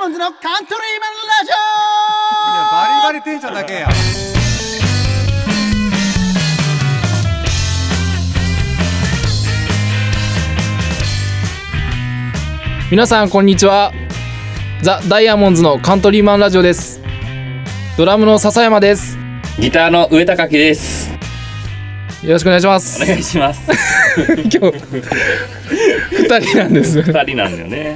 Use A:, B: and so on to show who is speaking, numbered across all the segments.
A: モンズのカントリーマンラジ
B: いや
A: オ
B: バリバリテンションだけや
C: 皆さんこんにちはザ・ダイヤモンズのカントリーマンラジオですドラムの笹山です
D: ギターの上高木です。
C: よろしくお願いします
D: お願いします。
C: 今日二人なんです よね
D: 二人なんだよね。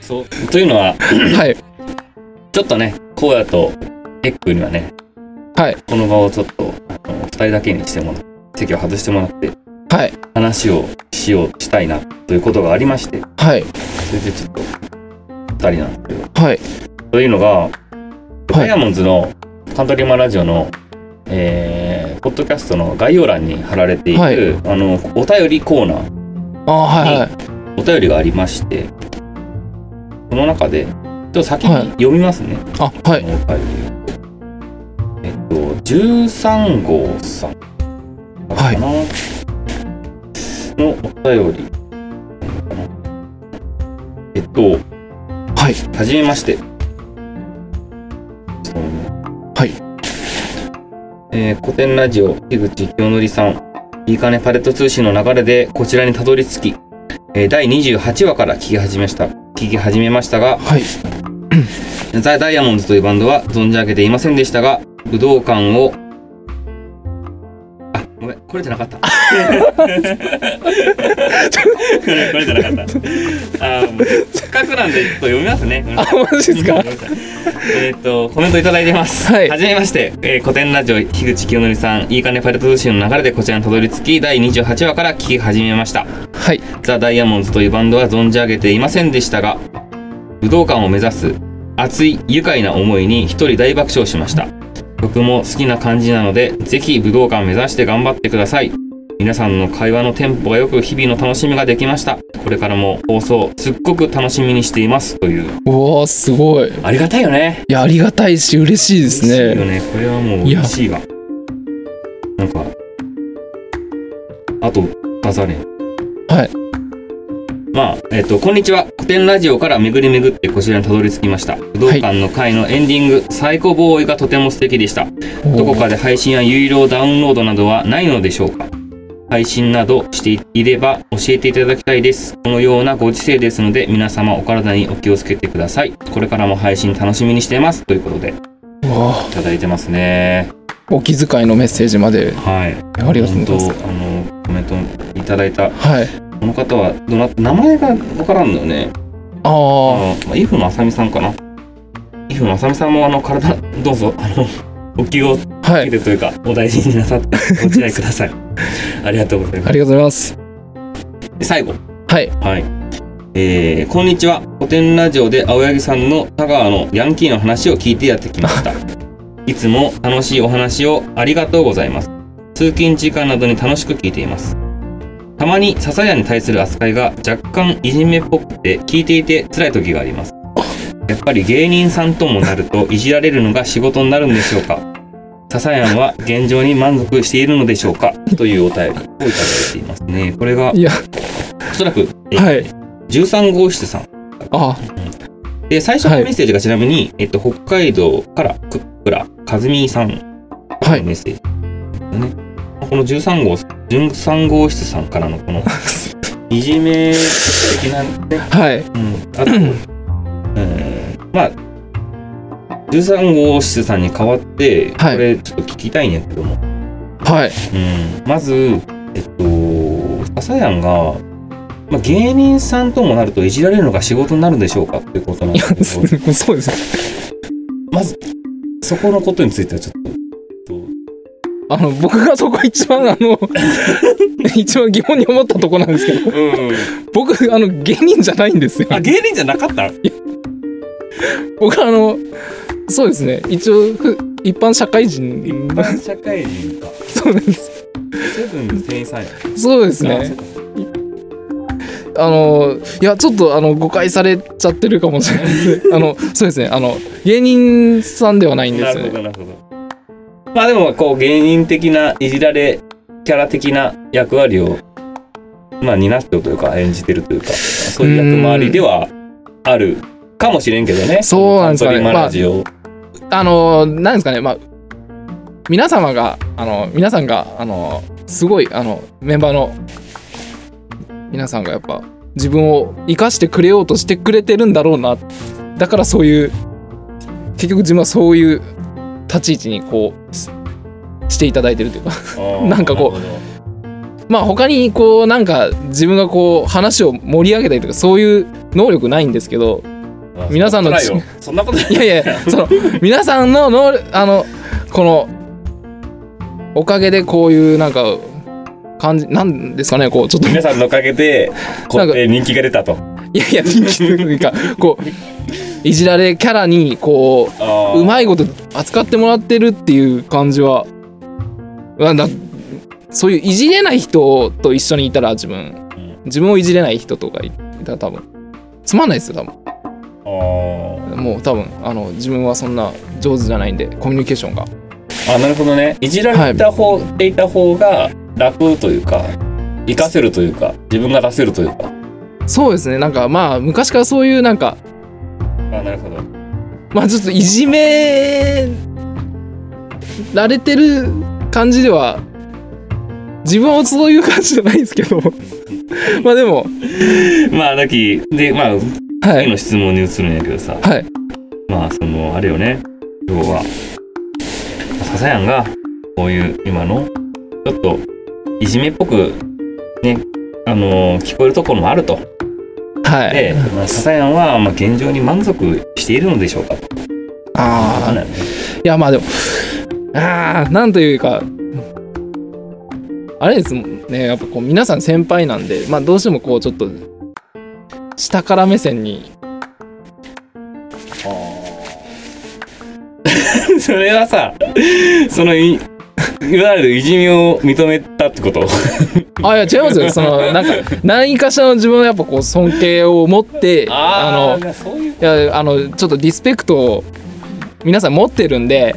D: そう。というのは、
C: はい
D: ちょっとね、こうやと、エックにはね、
C: はい
D: この場をちょっと、あの二人だけにしてもらって、席を外してもらって、
C: はい
D: 話をしよう、したいな、ということがありまして、
C: はい
D: それでちょっと、二人なんですけど。
C: はい
D: というのが、ダイヤモンズのカントリーマンラジオの、えーポッドキャストの概要欄に貼られている、
C: はい
D: あの、お便りコーナー、
C: あはいはい
D: お便りがありましてその中でちょっと先
C: はい
D: に読みますね、
C: あはい
D: このお便りをえっと13号さん
C: はい
D: かな、のお便りかなえっと
C: はい
D: はじめまして。
C: はい。
D: えー古典ラジオ、樋口清則さん。いいかねパレット通信の流れでこちらにたどり着き、えー第28話から聞き始めました。聞き始めましたが、
C: はい
D: ザ・ダイヤモンドというバンドは存じ上げていませんでしたが、武道館を、あ、ごめん、これじゃなかった。これ、これじゃなかった。あー、もうせっかくなんで、ちょっと読みますね。
C: あマジですか
D: えーっとコメントいただいてます。
C: は
D: はいい。じめまして、えー古典ラジオ樋口清則さん、いいかねパレット通信の流れでこちらにたどり着き、第28話から聞き始めました。
C: はい
D: ザ・ダイヤモンズというバンドは存じ上げていませんでしたが、武道館を目指す熱い愉快な思いに一人大爆笑しました。曲も好きな感じなので、ぜひ武道館目指して頑張ってください。皆さんの会話のテンポがよく日々の楽しみができました。これからも放送すっごく楽しみにしていますという。
C: うわーすごいい
D: ありがたいよね。
C: やありがたいし嬉しいです
D: 嬉しいよ
C: ね
D: ね。これはもう嬉しいわ。なんか、あと、ガザレン。
C: はい。
D: まあ、えっ、と、こんにちは。古典ラジオから巡り巡ってこちらにたどり着きました。武道館の会のエンディング、サイコボーイがとても素敵でした。どこかで配信や有料ダウンロードなどはないのでしょうか配信などしていれば教えていただきたいです。このようなご時世ですので、皆様お体にお気をつけてください。これからも配信楽しみにしてます。ということで、
C: うわ
D: いただいてますね。
C: ーお気遣いのメッセージまで
D: はい。
C: ありがとうござ
D: 本当
C: います
D: あのコメントいただいた
C: はい
D: この方はどな名前がわからんのよね。
C: あ
D: あ
C: あ
D: のまあイフのあさみさんかな。イフのあさみさんもあの体どうぞあのお気をつ
C: は
D: け
C: い
D: てというかお大事になさってご自愛くださ い。ありがとうございます
C: あ。りがとうございます
D: で最後。
C: はい
D: はい。えー、こんにちは。古典ラジオで青柳さんの田川のヤンキーの話を聞いてやってきました。いつも楽しいお話をありがとうございます。通勤時間などに楽しく聞いています。たまに笹谷に対する扱いが若干いじめっぽくて聞いていて辛い時があります。やっぱり芸人さんともなるといじられるのが仕事になるんでしょうか笹谷は現状に満足しているのでしょうかというお便りをいただいていますね。これが
C: いや
D: おそらく、えー
C: はい
D: 13号室さん。
C: あ
D: で、最初の
C: はい
D: メッセージがちなみに、えっと、北海道からクックラ、カズミさんの
C: は
D: メ
C: い
D: ッセージですね。この13号、13号室さんからのこ の、いじめ的な、ね、
C: はい
D: うん、あ と、うん、まあ、13号室さんに代わって、こ
C: はい
D: れちょっと聞きたいんやけども、
C: はい
D: うん、まず、えっと、笹谷が、まあ、芸人さんともなるといじられるのが仕事になるんでしょうかっていうことなん
C: い
D: で
C: や
D: すけ
C: そ
D: ど、
C: そうです
D: そこのことについてはちょっと、
C: あの僕がそこ一番あの 一番疑問に思ったとこなんですけど
D: うん、
C: 僕あの芸人じゃないんですよ
D: あ芸人じゃなかった
C: 僕あのそうですね一応ふ一般社会人
D: 社会人か。
C: そうです
D: セブンの店員さんや。
C: そうですねあのいやちょっとあの誤解されちゃってるかもしれないですあのそうですねあの芸人さんではないんで
D: な
C: す
D: る
C: よ
D: ほ
C: ね
D: ど、なるほど。まあでも、こう、芸人的ないじられ、キャラ的な役割を、まあ、担ってるというか、演じてるというか、そういう役回りではあるかもしれんけどね。
C: そうなんですかね
D: カントリーマラジオ。
C: あのなんですかねまあ皆様があの皆さんがあのすごいあのメンバーの皆さんがやっぱ自分を生かしてくれようとしてくれてるんだろうなだからそういう結局自分はそういう立ち位置にこうししていただいてるというか
D: あー
C: なんかこう
D: なるほど
C: まあ他にこうなんか自分がこう話を盛り上げたりとかそういう能力ないんですけど
D: まあ
C: 皆さんの
D: そなことない
C: い
D: よ
C: やいや、その皆さんの能力あのこのおかげでこういうなんか感じなんですかねこうちょっと
D: そんなことない皆さんのおかげでこう
C: なん
D: やっ
C: か
D: て人気が出たと
C: いやいや人気というかこういじられキャラにこ
D: あ
C: うう
D: い
C: まいこと扱ってもらってるっていう感じはなんだそういういじれない人と一緒にいたら自分自分をいじれない人とかいたら多分つまんないですよ多分。
D: あー
C: もう多分あの自分はそんな上手じゃないんでコミュニケーションが
D: あなるほどねいじられた方、っていた方が楽というか活かせるというか自分が出せるというか
C: そうですねなんかまあ昔からそういうなんか
D: あなるほど
C: まあちょっといじめられてる感じでは自分はそういう感じじゃないんですけど まあでも
D: まあだきでまあ次
C: はい
D: の質問に移るんやけどさ、
C: はい
D: まあそのあれよね今日は笹やんがこういう今のちょっといじめっぽくねあのー聞こえるところもあると
C: はい
D: で、まあ、笹やんはまあ現状に満足しているのでしょうかと
C: ああ
D: ね
C: いやまあでもああなんというかあれですもんねやっぱこう皆さん先輩なんでまあどうしてもこうちょっと下から目線に
D: それはさそのいいわゆるいじめを認めたってこと
C: あいや違い ますよそのなんか何かしらの自分のやっぱこう尊敬を持ってあの
D: のそういう
C: いやあのちょっとリスペクトを皆さん持ってるんで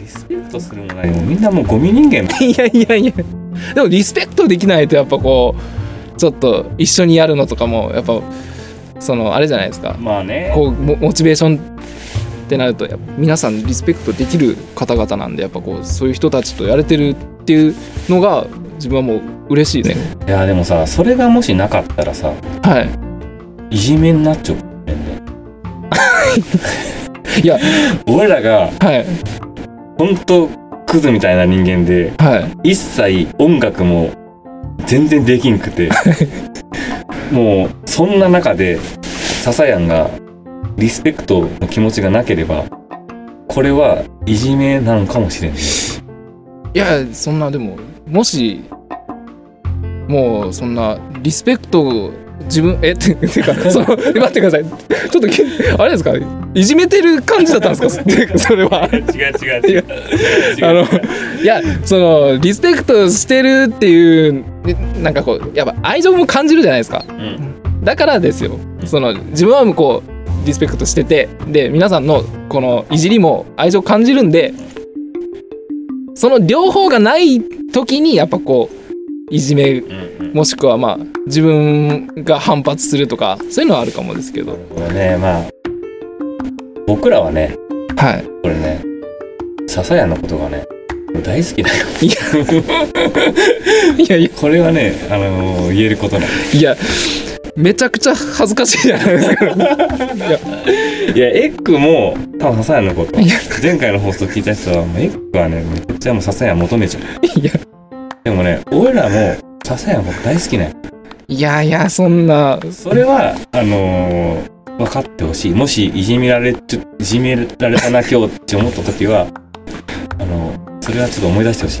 D: リスペクトするもないもうみんなもうゴミ人間だ
C: いやいやいやでもリスペクトできないとやっぱこうちょっと一緒にやるのとかもやっぱそのあれじゃないですか
D: まあね
C: こうモモチベーションってなるとやっぱ皆さんリスペクトできる方々なんでやっぱこうそういう人たちとやれてるっていうのが自分はもう嬉しいね
D: いやでもさそれがもしなかったらさ
C: はい
D: じめになっちゃう
C: いいや
D: 俺らが
C: はい
D: ほんとクズみたいな人間で
C: はい
D: 一切音楽も全然できんく てもうそんな中で笹やんがリスペクトの気持ちがなければこれはいじめなのかもしれんね
C: いやそんなでももしもうそんなリスペクトを自分えっててかそ の待ってくださいちょっときあれですかいじめてる感じだったんですか ってそれは
D: 違う違う違う
C: あのいやそのリスペクトしてるっていうなんかこうやっぱ愛情も感じるじゃないですか
D: うん
C: だからですよその自分はもうこうリスペクトしててで皆さんのこのいじりも愛情感じるんでその両方がない時にやっぱこういじめ
D: うん
C: もしくはまあ自分が反発するとかそういうのはあるかもですけど
D: これねまあ僕らはね
C: はい
D: これね笹やんのことがね大好きだよ
C: いやいや
D: これはねあの言えることない
C: いやめちゃくちゃ恥ずかしいじゃないですか
D: いや、エッグも、多分、笹谷のこと
C: いや。
D: 前回の放送聞いた人は、もうエッグはね、めっちゃもう笹谷求めちゃう。
C: いや
D: でもね、俺らも、笹谷のこと大好きなんよ
C: いやいやそんな
D: それは、あのー、分かってほしい。もし、いじめられ、ちょいじめられたな、今日って思った時は、あのー、それはちょっと思い出してほしい。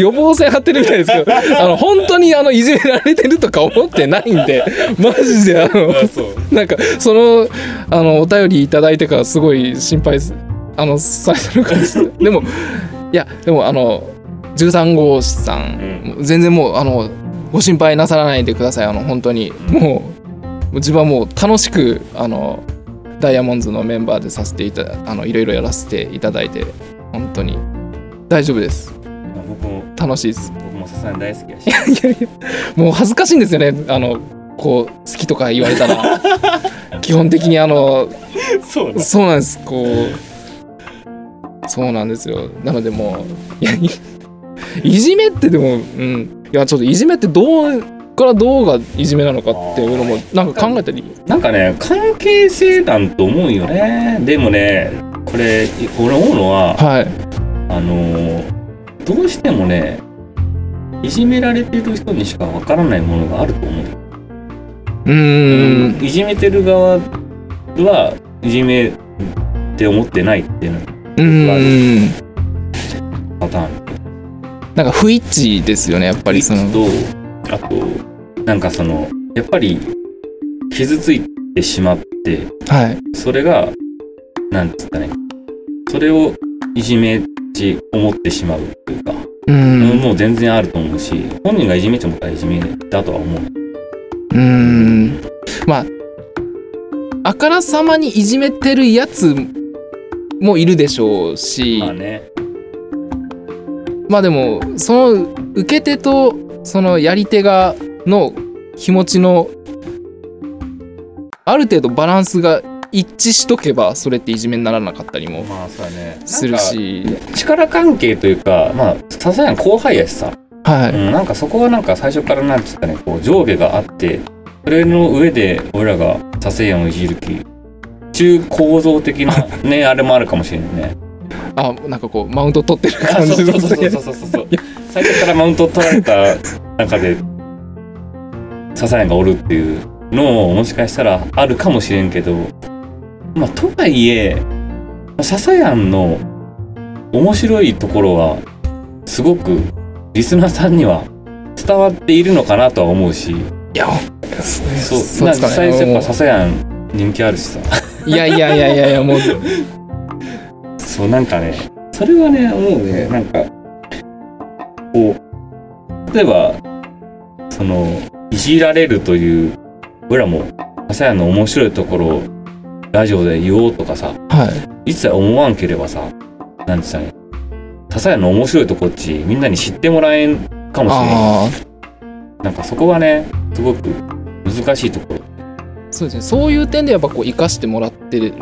C: 予防線張ってるみたいですけどあの本当にあのいじめられてるとか思ってないんでマジであの
D: そう。
C: なんかそのあのお便りいただいてからすごい心配すあのされてる感じででもいやでもあの13号室さん、全然もうあのご心配なさらないでくださいあの本当に、もう自分はもう楽しくあのダイヤモンドズのメンバーでさせていたあのいろいろやらせていただいて本当に大丈夫です
D: 僕も、
C: 楽しいです
D: 僕も笹谷大好きやし。
C: いやいやもう恥ずかしいんですよねあのこう好きとか言われたら基本的にあの
D: そうだ
C: そうなんですこうそうなんですよなのでもういやいいじめってでもうんいやちょっといじめってどうからどうがいじめなのかっていうのもなんか考えたり
D: なんかね関係性なんと思うよねでもねこれ俺思うのは
C: はい
D: あのーどうしてもねいじめられてる人にしかわからないものがあると思う
C: うーん
D: いじめてる側はいじめって思ってないっていう
C: うーん
D: パターン
C: なんか不一致ですよねやっぱりその
D: とあとなんかそのやっぱり傷ついてしまって
C: はい
D: それがなんつったねそれをいじめって思ってしまうっていうか、
C: うーんう
D: もう全然あると思うし本人がいじめって思ったらいじめだとは思う
C: ーんまああからさまにいじめてるやつもいるでしょうし、
D: まあね
C: まあでもその受け手とそのやり手がの気持ちのある程度バランスが一致しとけばそれっていじめにならなかったりも
D: まあそうやね
C: するし
D: 力関係というかまあさすがに後輩やしさ
C: はい
D: うん、なんかそこはなんか最初からなんつったねこう上下があってそれの上で俺らが左遷案をいじる気中構造的なねあれもあるかもしれないね
C: あなんかこうマウント取ってる
D: あ
C: 感
D: そ
C: じ
D: う
C: の
D: そうそうそうそうそうそう最初からマウント取られた中で左遷案がおるっていうのをもしかしたらあるかもしれんけどまあとはいえササヤンの面白いところはすごくリスナーさんには伝わっているのかなとは思うし
C: いや
D: そう
C: そう
D: な
C: です
D: ん
C: か
D: か実際にやっぱサ
C: ね
D: サヤン人気あるしさ
C: もういやいやいやいやいやもう
D: そうなんかねそれはねもうねなんかこう例えばそのいじられるという俺らもササヤンの面白いところをラジオで言おうとかさ
C: はい
D: 一切思わんければさ、なんてさね、他サヤの面白いとこっち、みんなに知ってもらえんかもしれない。
C: ああ
D: なんかそこがね、すごく難しいところ。
C: そうですねそういう点でやっぱこう生かしてもらってる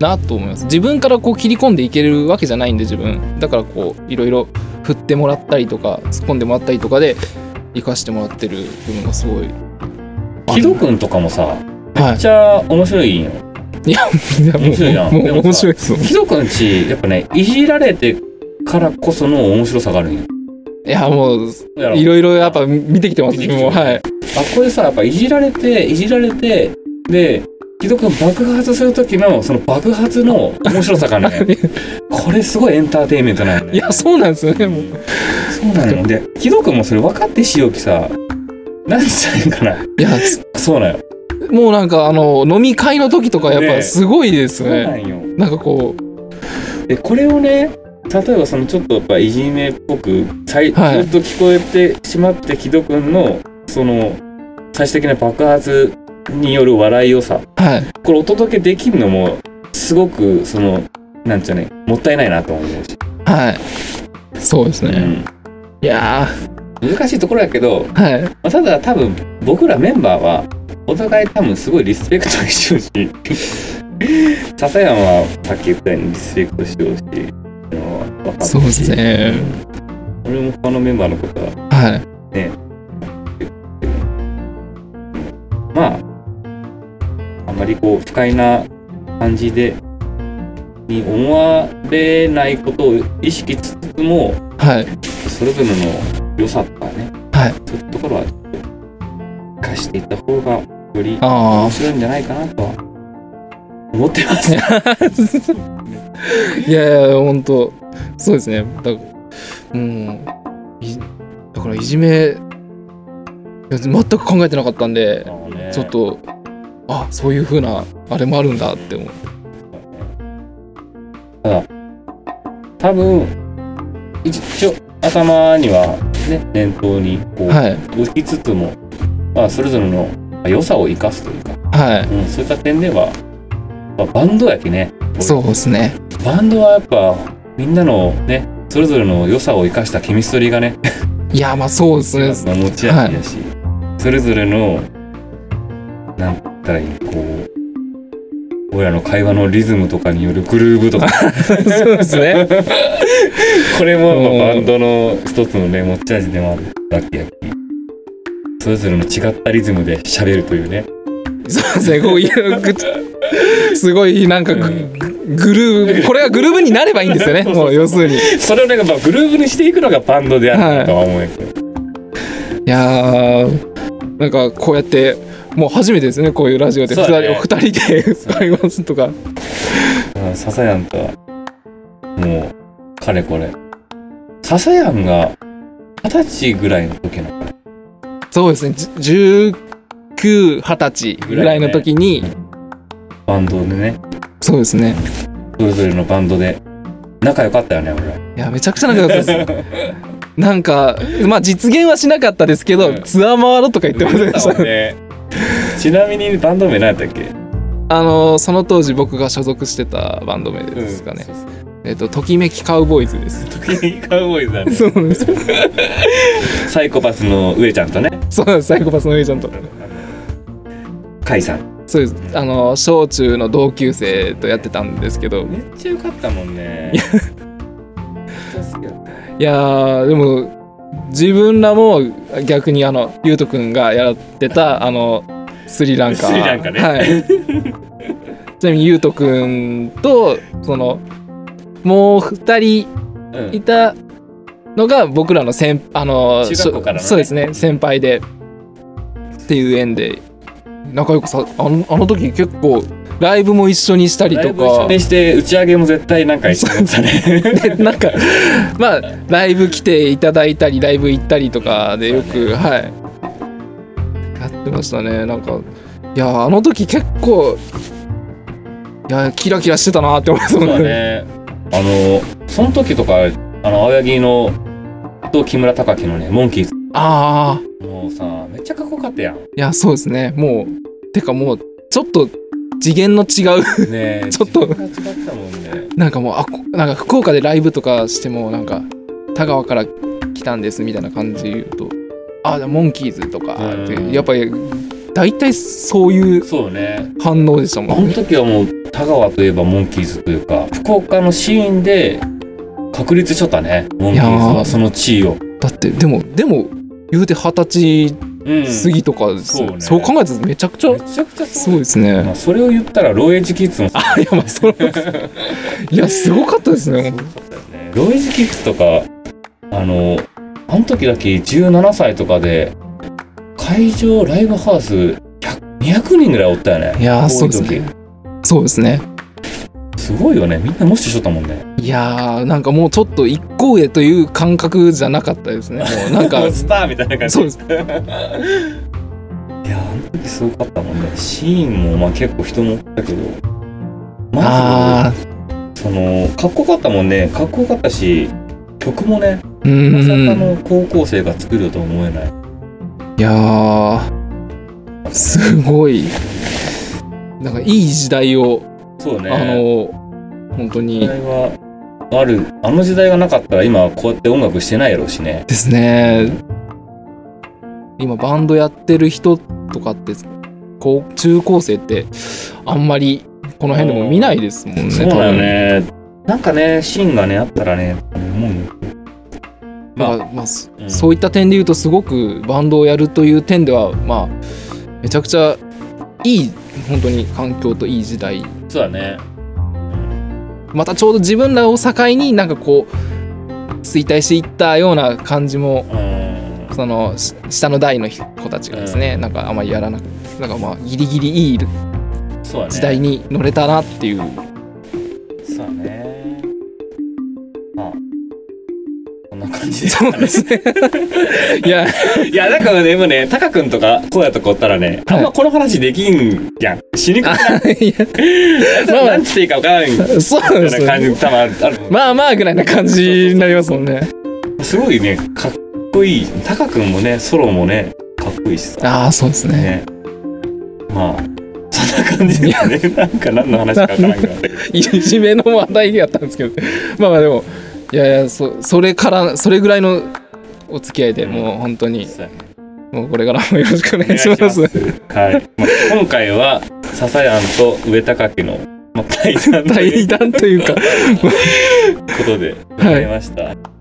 C: なと思います自分からこう切り込んでいけるわけじゃないんで自分だからこういろいろ振ってもらったりとか突っ込んでもらったりとかで生かしてもらってる部分がすごい
D: 木戸くんとかもさ、
C: は
D: めっちゃ面白いんよ。
C: いいや
D: 面白いな
C: もう
D: で
C: も
D: も
C: う
D: さ
C: 面白いですもんい
D: 木戸くんち、やっぱね、いじられてからこその面白さがあるんよ。
C: やもう
D: だから
C: いろいろやっぱ見てきてます
D: 見
C: 自
D: てき
C: 分
D: て
C: も
D: る
C: はい
D: あここでさ、やっぱいじられて、いじられて、で、木戸くん爆発する時の、その爆発の面白さが ね、これすごいエンターテインメントなのね
C: い。やそうなんですよねもう
D: そうなので、木戸君もそれ分かってしようきさ、なんつったらいいんか
C: いや
D: な。そうなのよ。
C: もうなんかあの飲み会の時とかやっぱすごいです
D: そうな
C: ね
D: んよ。
C: なんかこう
D: で、これをね、例えばそのちょっとやっぱいじめっぽく、最ず
C: はい
D: っと聞こえてしまって、木戸君の、その、最終的な爆発による笑いをさ、
C: はい
D: これお届けできるのも、すごく、その、なんちゃね、もったいないなと思うし。
C: はいそうですねいや
D: うん難しいところやけど、
C: ーはい
D: まあ、ただ多分僕らメンバーはお互い多分すごいリスペクトしようし 笹山はさっき言ったようにリスペクトしようしあの分かったし
C: そうですね
D: うん俺も他のメンバーのことは
C: はい
D: まああまりこう不快な感じでに思われないことを意識しつつも
C: はい。
D: それぞれの良さとかね、
C: はい
D: そういうところはちょっと生かしていった方がより面
C: あ
D: 白いんじゃないかなとは思ってます。
C: あ。いやいや、本当そうですね。だうん。いだから、いじめ、いや全く考えてなかったんで、ちょっと、あそういう風な、あれもあるんだって思う。
D: 多分一応頭にはね念頭にこう
C: はい。
D: 置きつつも、まあ、それぞれのまあ良さを生かすというか、
C: は
D: うん、そういった点では、まあ、バンドやきね
C: い。そうですね。
D: バンドはやっぱみんなのねそれぞれの良さを生かしたケミストリーがね
C: いや、まあそうですね。
D: 持ち味やし、それぞれのなんたらいいのこう俺らの会話のリズムとかによるグルー ヴとか
C: そうですね。
D: これも
C: うん
D: まあバンドの一つのね持ち味でもあるわけやきそれぞれの違ったリズムで喋るというね
C: そうですね。こういうぐっ、すごい、なんかグ、グルーブ、これがグルーブになればいいんですよね。もう、要するに。い
D: それをなんかまあグルーヴにしていくのがバンドであるとは思うんやけど、
C: やー、なんか、こうやって、もう初めてですね、こういうラジオで。
D: そ
C: 二
D: うだ
C: 人、
D: ね
C: 二人で会話するとか。
D: うんササヤンとはもうかれこれササヤンが二十歳ぐらいの時なのかな
C: そうですね。十九、二十歳ぐらいの時に、
D: バンドでね
C: そうですね。
D: それぞれのバンドで仲良かったよね俺ら
C: いや、めちゃくちゃ仲良かったです。 なんか、まあ、実現はしなかったですけど、
D: うん
C: ツアー回ろうとか言ってませんでした。
D: ねちなみにバンド名何やったっけ
C: あのその当時僕が所属してたバンド名ですかね、えっ、とときめきカウボーイズです
D: カウボーイズだね
C: そうなんです
D: サイコパスの上ちゃんとね
C: そうなんですサイコパスのエージェント
D: カイさん
C: そうですあの小中の同級生とやってたんですけど
D: めっちゃ良かったもんねめっちゃ好きだった
C: いやーでも自分らも逆にあのゆうとくんがやってたあのスリランカ
D: スリランカね
C: はい、ちなみにゆうとくんとそのもう二人
D: うん
C: いたのが僕らの先あの
D: 中学校からのね
C: そそうですね先輩でっていう縁で仲良くさあのあの時結構ライブも一緒にしたり
D: ライ
C: と
D: ブ一緒
C: か
D: にして打ち上げも絶対なんか一緒だったね
C: で なんかまあライブ来ていただいたりライブ行ったりとかでよく、はいやってましたねなんかいやあの時結構いやキラキラしてたなって思いま
D: そう
C: すも
D: だ
C: んね
D: ね あのその時とかあの青柳のと木村隆樹のねモンキーズ
C: ああ
D: もうさめっちゃかっこよかったやん
C: いやそうですねもうてかもうちょっと次元の違う
D: ねえ
C: ちょっと
D: 自分が違ったもんね
C: なんかもうあこなんか福岡でライブとかしてもなんか田川から来たんですみたいな感じで言うとあじゃあモンキーズとか
D: うん
C: ってやっぱり大体そういう
D: そうね
C: 反応でした
D: あ
C: もん
D: の時はもう田川といえばモンキーズというか福岡のシーンで確立しとったねモンキーズ
C: いや
D: は
C: ー
D: その地位を、
C: だってでもでも言うて二十
D: うん
C: 歳過ぎとかですよ、
D: そうね
C: そう考えるとめちゃくちゃ
D: めちゃくちゃ
C: す
D: す
C: ごい
D: ごい
C: ですね
D: まあ、それを言ったらローエイジキッズもそう
C: あいやまあそれはいやすごかったですね
D: だよねローエイジキッズとかあのあの時だけ17歳とかで会場ライブハウス100 200人ぐらいおったよね
C: いやー
D: 多
C: そう
D: い
C: です
D: 時
C: ねそうですね
D: すごいよねみんな無視しとったもんね
C: いやーなんかもうちょっと一個上という感覚じゃなかったですねもうなん か
D: スターみたいな感じ
C: そうです
D: いやあの時すごかったもんねシーンもまあ結構人もおったけど ま
C: あ
D: ずそのかっこよかったもんねかっこよかったし曲もね
C: あ、うん
D: まさか
C: うん。
D: の高校生が作るとは思えない、
C: いやー、すごい。なんかいい時代を、
D: そうね
C: あの、本当
D: 時
C: に
D: 代はあるあの時代がなかったら今こうやって音楽してないやろうしね
C: ですね。今バンドやってる人とかって、こう、中高生って、あんまりこの辺でも見ないですもんね。
D: そうだよねなんかねシーンがねあったらね思うよ
C: 多分。まあ、まあ、そ
D: うん
C: そういった点で言うと、すごくバンドをやるという点では、まあ、めちゃくちゃいい、本当に環境といい時代
D: そうだね
C: またちょうど自分らを境になんかこう衰退していったような感じも
D: うん
C: そのし下の代の子たちがですね、なんかあんまりやらなくなんかまあギリギリいい
D: そうだね
C: 時代に乗れたなっていう、
D: そうだね。まあ、こんな感じで。
C: そうですねいや
D: いや、なんかね、今ね、タカ君とか、こうやとこおったらね、あんまこの話できんやん。しにくい。
C: い
D: まあ、なんつっていいかわからんみた
C: やそうなんです
D: いな
C: よ
D: 感じ、多分あるある。
C: まあまあぐらいな感じになりますもんね
D: すごいね、かっこいい。タカ君もね、ソロもね、かっこいいしさ。
C: ああそうですね
D: ね。まあ、そんな感じですね。なんか何の話かわからんかったけど。
C: いじめの話題でやったんですけどまあまあでもいやいやそそれからそれぐらいのお付き合いでもう本当に
D: そうやね
C: もうこれからもよろしくお願いします。
D: お願いしますはい。まあ今回は笹やんと上高家のまあ対談とい
C: 対
D: う
C: 談というか、
D: ことでございました。